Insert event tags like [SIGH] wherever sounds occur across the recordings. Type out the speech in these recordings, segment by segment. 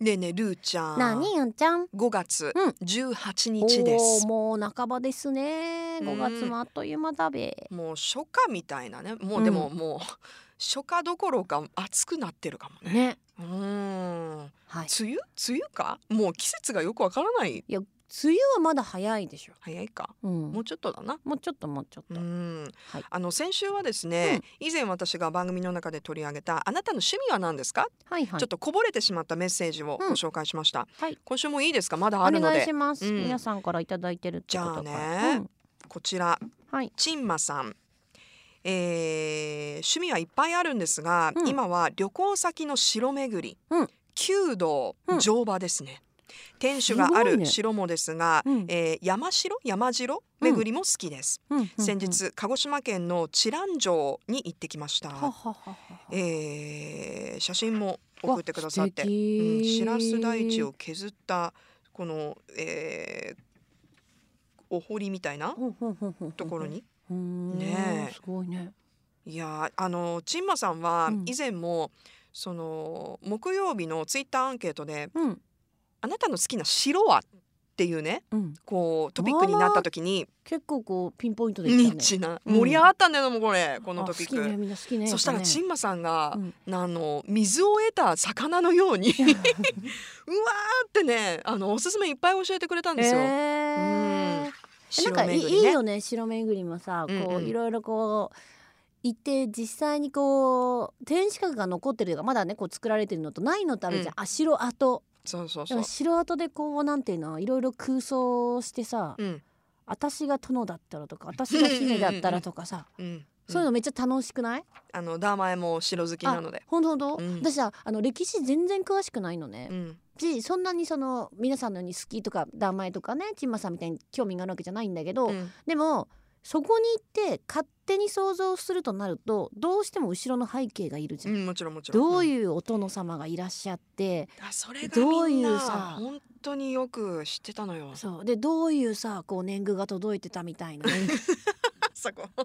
ねえねえルーちゃん。なにやんちゃん5月うん18お日でおすー。もう半ばですねうん5月もあっという間だべもう初夏みたいなね。もう、うんでももう初夏どころか暑くなってるかもね。ねうーん。梅はい雨梅雨か？もう季節がよくわからない。いや梅雨はまだ早いでしょ早いか。うんもうちょっとだな。もうちょっともうちょっうとんはいあの先週はですね、以前私が番組の中で取り上げた「あなたの趣味は何ですかはいはいちょっとこぼれてしまったメッセージをご紹介しました、はい今週もいいですかまだあおるの願いでしますうん皆さんからいただいてるってことかじらゃあねうんこちらはいちんまさん、えー趣味はいっぱいあるんですが、うん今は旅行先の城巡り、うん弓道うん乗馬ですね、天守があすごいねる城もですがうんえー山城山城巡りも好きです、うんうんうん先日鹿児島県の知覧城に行ってきました、ははははえー写真も送ってくださってわう素敵ん、しらす台地を削ったこの、えーお堀みたいなほんほんほんほんほんところに、うーんねえすごいねいやーあのちんまさんはうん以前も、その木曜日のツイッターアンケートでうん「あなたの好きな城は?」っていうねうんこうトピックになった時に結構こうピンポイントでニきたッねチなうん盛り上がったんだよもうこれこのあトピッ好きねク。みんな好きねそしたらやっぱねちんまさんがう、んあの水を得た魚のように [LAUGHS] うわーってねあのおすすめいっぱい教えてくれたんですよ。えーえなん城かいい,、巡いりねよね城巡りもさこう、うんうんいろいろこう行って実際にこう天守閣が残ってるとかまだねこう作られてるのとないのとあるじゃん、あ城跡そうそうだかそうら。城跡でこうなんていうのいろいろ空想してさ、うん私が殿だったらとか私が姫だったらとかさ、うん。そういうのめっちゃ楽しくない、あのダーマエも城好きなので。ほんとほんと、うん私さあの歴史全然詳しくないのねう、んしそんなにその皆さんのように好きとか名前とかねちんまさんみたいに興味があるわけじゃないんだけど、うんでもそこに行って勝手に想像するとなるとどうしても後ろの背景がいるじうゃん。んもちろんもちろん。どうんいうお殿様がいらっしゃって、あそれがどうみんいなうさ本当によく知ってたの [LAUGHS] よ。そうでどういうさこう年貢が届いてたみたいなそこ。 [LAUGHS]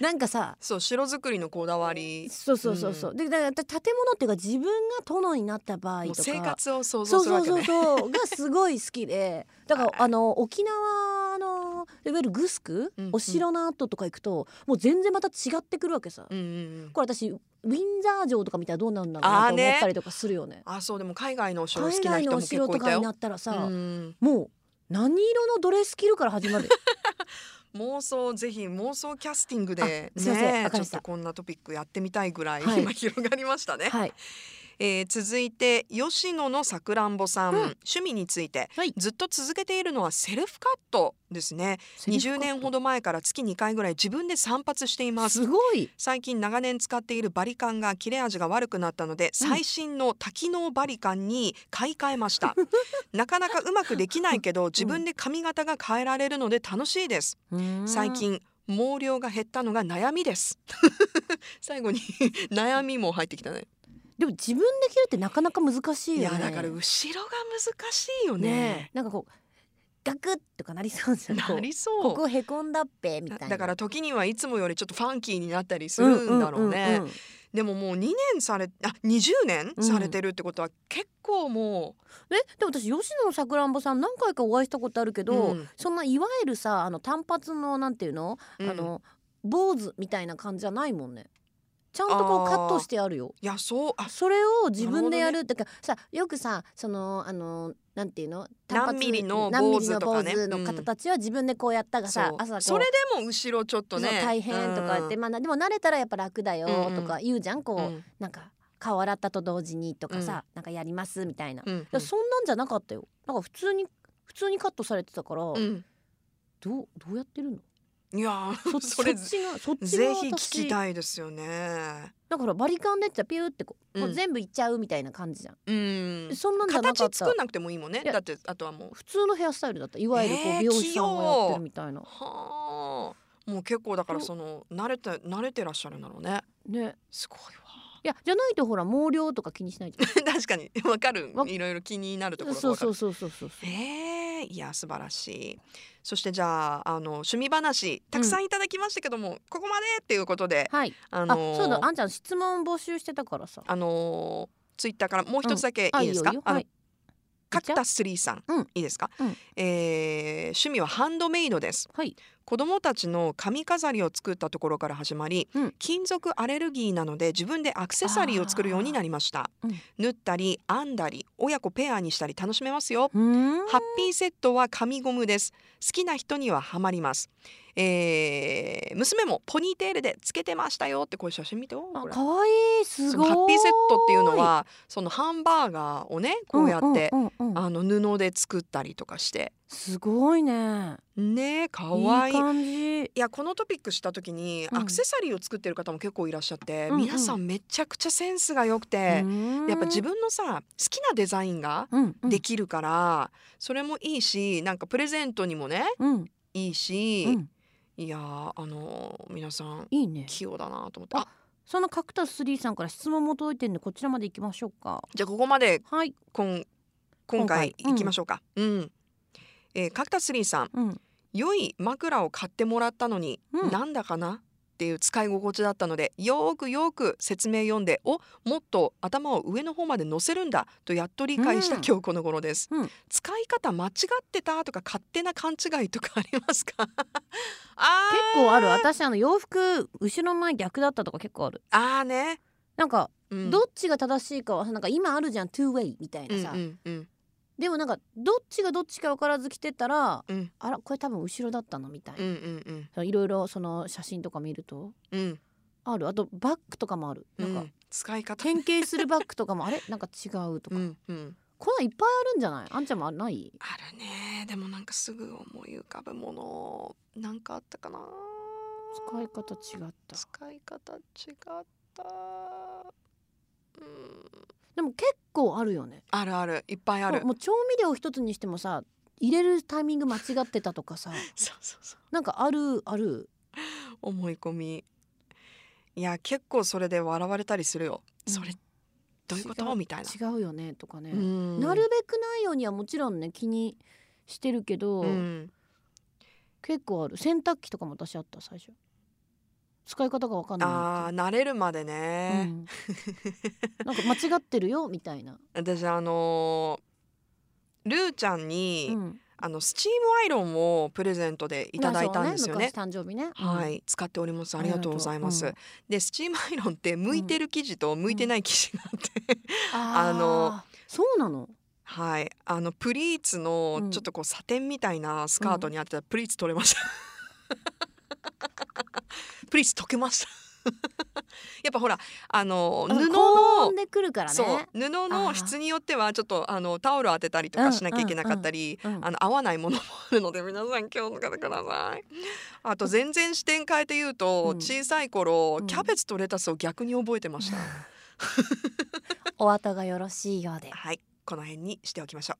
なんかさそう城作りのこだわり。そうそうそうそう、でだからた建物っていうか自分が殿になった場合もとうか生活を想そ像うするそわうけそうね。そうがすごい好きでだからあの沖縄のいわゆるグスク、うんうんお城の跡とか行くともう全然また違ってくるわけさ。うんうんうん。これ私ウィンザー城とか見たらどうなるんだろうなあーとね思ったりとかするよね。あそうでも海外のお城好海きな外人のもお結城構といたかによな。ったらさ、うんもう何色のドレス着るから始まる妄想ぜひ妄想キャスティングであすいませんねわちょかりまっしたとこんなトピックやってみたいぐらいはい今広がりました [LAUGHS] ね、はいえー続いて吉野のさくらんぼさん、うん趣味について、はいずっと続けているのはセルフカットですね20年ほどど前から月2回ぐらい自分で散髪していますすごい最近長年使っているバリカンが切れ味が悪くなったので最新の多機能バリカンに買い替えま [LAUGHS] したなかなかうまくできないけど自分で髪型が変えられるので楽しいです最近毛量が減ったのが悩みです [LAUGHS] 最後に悩みも入ってきたねでも自分で着るってなかなか難しいいよやねだから後ろが難しいよねねえなんかこうガクッとかなりそうじゃんこうなりそうここへこんだっぺみたいなだから時にはいつもよりちょっとファンキーになったりするんだろうね、んんんでももう2年されあ20年うんされてるってことは結構もえでも私吉野さくらんぼさん何回かお会いしたことあるけど、うんそんないわゆるさあの単発のなんていうのう、うんあの坊主みたいな感じじゃないもんねちゃんとこあうーカットしてあるよいやそうあそれを自分でやるなってかさよくさそのあのなんていうの何ミリの何ミリ坊主のとかね坊主の方たちは自分でこうやったがさ、そう朝こうそれでも後ろちょっとねそう大変とか言って、まあなでも慣れたらやっぱ楽だよとか言うじゃん、こうんう、うんなんか顔洗ったと同時にとかさ、なんかやりますみたいな、いうんやそんなんじゃなかったよなんか普通に普通にカットされてたから、うんどうどうやっ [LAUGHS] てるのいやそそそれっちがそっちぜがひ私聞きたいですよね。だからバリカンでやってピューってこう,、うんもう全部いっちゃうみたいな感じじゃん、うん、そんなんじゃなかっ形た作んなくてもいいもんねいやだってあとはもう普通のヘアスタイルだったいわゆるこうえー美容師さんがやってるみたいな、はあもう結構だからその慣れて慣れてらっしゃるんだろうねねすごいわいやじゃないとほら毛量とか気にしないじゃ [LAUGHS] ん確かにわかるわいろいろ気になるところがそうわかそるうそうそうそうそうえー、いや素晴らしいそしてじゃああの趣味話たくさんいただきましたけども、ここまでっていうことではいああのーそうだあんちゃん質問募集してたからさあのーツイッターからもう一つだけあいいですか、よよあのはい角田スリーさん、うんいいですか、うんえー趣味はハンドメイドですはい子どもたちの髪飾りを作ったところから始まり、うん金属アレルギーなので自分でアクセサリーを作るようになりました、あー縫ったり編んだり親子ペアにしたり楽しめますようーんハッピーセットは紙ゴムです好きな人にはハマります、えー娘もポニーテールでつけてましたよってこういう写真見ておーあこれ可愛いすそごのいハッピーセットっていうのはそのハンバーガーをねこうやって、んうんうんうんあの布で作ったりとかしてすごいねねえかいわいいい感じいやこのトピックした時にうんアクセサリーを作ってる方も結構いらっしゃって、うんうん皆さんめちゃくちゃセンスが良くて、やっぱ自分のさ好きなデザインが分できるから、それもいいしなんかプレゼントにもねうんいいし、うんいやーあのー皆さんいいね器用だなと思ってああそのカクタス3さんから質問も届いてるんでこちらまで行きましょうかじゃあここまではいこん今回今回ういんきましょうか。うん、えー、角田スリーさんうん良い枕を買ってもらったのに、うんなんだかなっていう使い心地だったのでよーくよーく説明読んでおもっと頭を上の方まで乗せるんだとやっと理解したうん今日この頃です、うん使い方間違ってたとか勝手な勘違いとかありますか [LAUGHS] あ結構ある私あの洋服後ろの前逆だったとか結構あるーあーね、なんかうんどっちが正しいかはなんか今あるじゃん two way みたいなさ、うんうんうんでもなんかどっちがどっちか分からず着てたら、うんあらこれ多分後ろだったなみたいうんうんうんな、いろいろその写真とか見るとうんあるあとバッグとかもあるなんか、うん使い方変形するバッグとかもあれ [LAUGHS] なんか違うとか、うんうんこんなんいっぱいあるんじゃないあんちゃんもあるないあるねでもなんかすぐ思い浮かぶものなんかあったかな使い方違った使い方違ったうんでも結構あるよねあるあるいっぱいあるもう調味料一つにしてもさ入れるタイミング間違ってたと [LAUGHS] かさそうそうそうなんかあるある思い込みいや結構それで笑われたりするよ、うんそれどういうこ違とうみたいな、違うよねとかね、うんなるべくないようにはもちろんね気にしてるけど、うん結構ある洗濯機とかも私あった最初使い方が分かんあなー慣れるまでいっていうね、 [LAUGHS] うんなんか間違ってるよみたいな、私あのールーちゃんに、うんあのスチームアイロンをプレゼントでいただいたんですよね。まあそうね昔誕生日ね、うんはい、使っております。ありがとうございます。ありがで、スチームアイロンって向いてる生地と向いてない生地があって、ああののそうなのはい、あのプリーツのうんちょっとこうサテンみたいなスカートにあってたプリーツ取れま [LAUGHS] した。プリーツ溶けました。 [LAUGHS] やっぱほらあの布あ高の温でくるからねそう布の質によってはちょっとあのタオル当てたりとかしなきゃいけなかったり、うんうんうんあの合わないものもあるので皆さん気をつけてください。あと全然視点変えて言うと、うん小さい頃、うんキャベツとレタスを逆に覚えてました。 [LAUGHS] [LAUGHS] お後がよろしいようではい、この辺にしておきましょう。